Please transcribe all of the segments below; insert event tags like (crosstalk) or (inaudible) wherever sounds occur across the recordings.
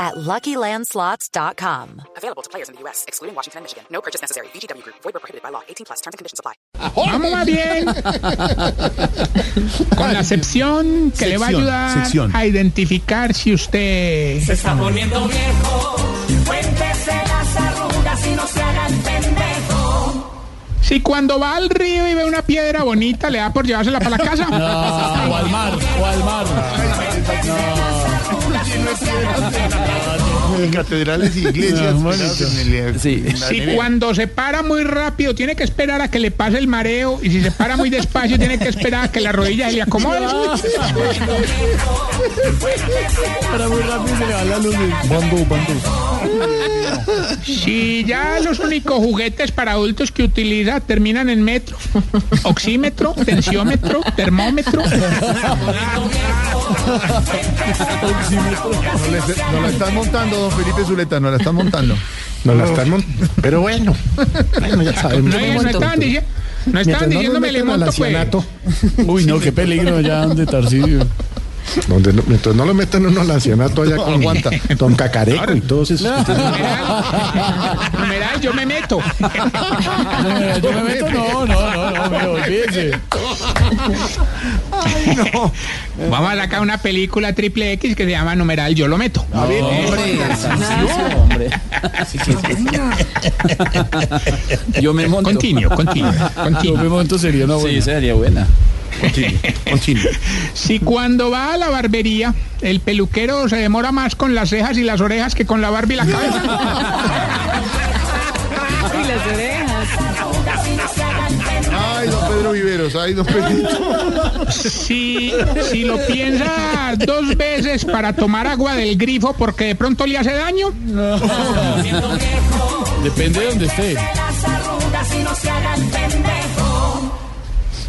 at LuckyLandSlots.com. Available to players in the U.S., excluding Washington and Michigan. No purchase necessary. VGW Group. Void where prohibited by law. 18 plus. Terms and conditions apply. Vamos (laughs) más bien. Con la sección que le va a Sección, ayudar sección. a identificar si usted. Se está poniendo viejo. Cuéntese las arrugas y no se haga el pendejo. Si cuando va al río y ve una piedra bonita, le da por llevársela para la casa. o al mar, o al mar. Catedrales y iglesias. pegados en el- eh, Sí. en la Si nevera. cuando se para muy rápido, tiene que esperar a que le pase el mareo. Y si se para muy despacio, tiene que esperar a que la rodilla se le acomode. Para muy rápido se le va la luz. Bambú, bambú. Si ya los únicos juguetes para adultos que utiliza terminan en metro, (laughs) oxímetro, tensiómetro, termómetro. No le- no la están montando, don Felipe Zuleta, no la están montando. No la están mon- Pero bueno, bueno, ya sabemos. No, no estaban, dici- no Mientras estaban no nos diciendo me le metan al monto, pues. ancianato, Uy, no, qué peligro allá donde Tarcidio. donde no- mientras no lo metan uno al ancianato allá con aguanta. Don Cacareco y todos esos. Numeral, (laughs) numeral, yo me meto. Yo me meto, no, no, no, no, me olvídese. Vamos a sacar una película triple X que se llama Numeral, yo lo meto. (laughs) Yo me monto. Continuo, continuo, Yo continuo. me monto sería una buena. Sí, sería buena. Si cuando va a la barbería, el peluquero se demora más con las cejas y las orejas que con la barba y la cabeza. Ay, don Pedro Viveros, ay, don Pedrito. Si, si lo piensa dos veces para tomar agua del grifo porque de pronto le hace daño. (laughs) Depende de donde esté. Las arrugas y no se haga el pendejo.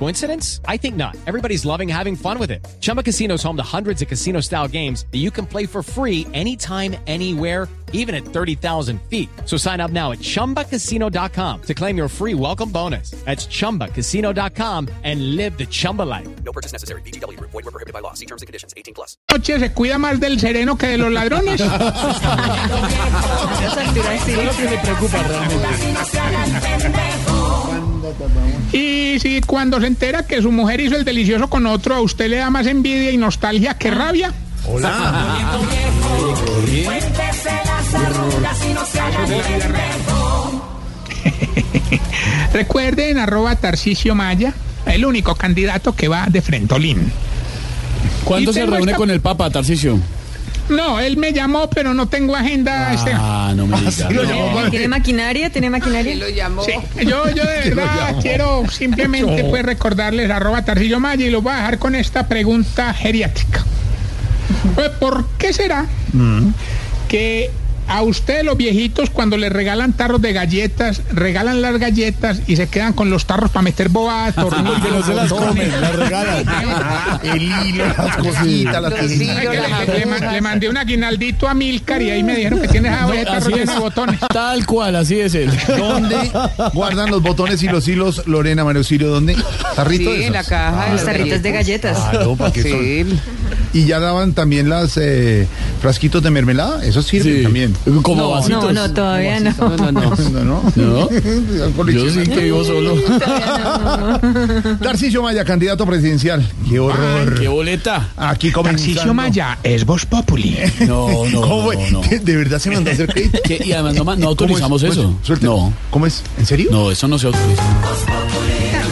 Coincidence? I think not. Everybody's loving having fun with it. Chumba Casino is home to hundreds of casino style games that you can play for free anytime, anywhere, even at 30,000 feet. So sign up now at chumbacasino.com to claim your free welcome bonus. That's chumbacasino.com and live the Chumba life. No purchase necessary. VGW Group. Void where prohibited by law. See terms and conditions. 18 plus. noche se cuida más del sereno que de los ladrones. Y si cuando se entera que su mujer hizo el delicioso con otro, a usted le da más envidia y nostalgia que rabia. Cuéntese las arrugas y no se haga el pendejo. Recuerden arroba Tarcisio Maya, el único candidato que va de Frentolín. ¿Cuándo Y se tengo reúne esta- con el Papa, Tarcicio? No, él me llamó, pero no tengo agenda. este. Ah, no me digas. ¿Tiene maquinaria? ¿Tiene maquinaria? Sí, yo, yo de verdad quiero simplemente pues recordarles arroba Tarcillo Maya y lo voy a dejar con esta pregunta geriátrica. Pues, ¿Por qué será que a ustedes los viejitos cuando les regalan tarros de galletas, regalan las galletas y se quedan con los tarros para meter bobadas, tornillos, Porque no se las comen, las regalan. El hilo, las cositas, las cositas. Ay, que le, le ma- le mandé un aguinaldito a Milcar y ahí me dijeron que tienes esa boleta así rellena es. de botones. Tal cual, así es él. ¿Dónde guardan los botones y los hilos, Lorena, Mario Sirio? ¿Dónde? Ah, ¿Tarrito de Sí, en la esos? caja. de Los tarritos de galletas. Claro, Ah, para que Sí. son- Y ya daban también las eh, frasquitos de mermelada, eso sirve Sí. también. Como No, vasitos. no, no, todavía no. no, no. (laughs) No, no. Son No. Yo sí coleccionables. que vivo solo. Tarcisio Maya, candidato presidencial. Qué horror. ¿Qué boleta? Aquí comenzando. Tarcisio Maya es Voz Populi. No, no, ¿Cómo no, es? no. ¿De verdad se mandó a hacer crédito? ¿Qué? Y además no, ma- no (laughs) autorizamos ¿Cómo es? eso. Suelte, suelte. No, ¿Cómo es? ¿En serio? no, eso no se autoriza.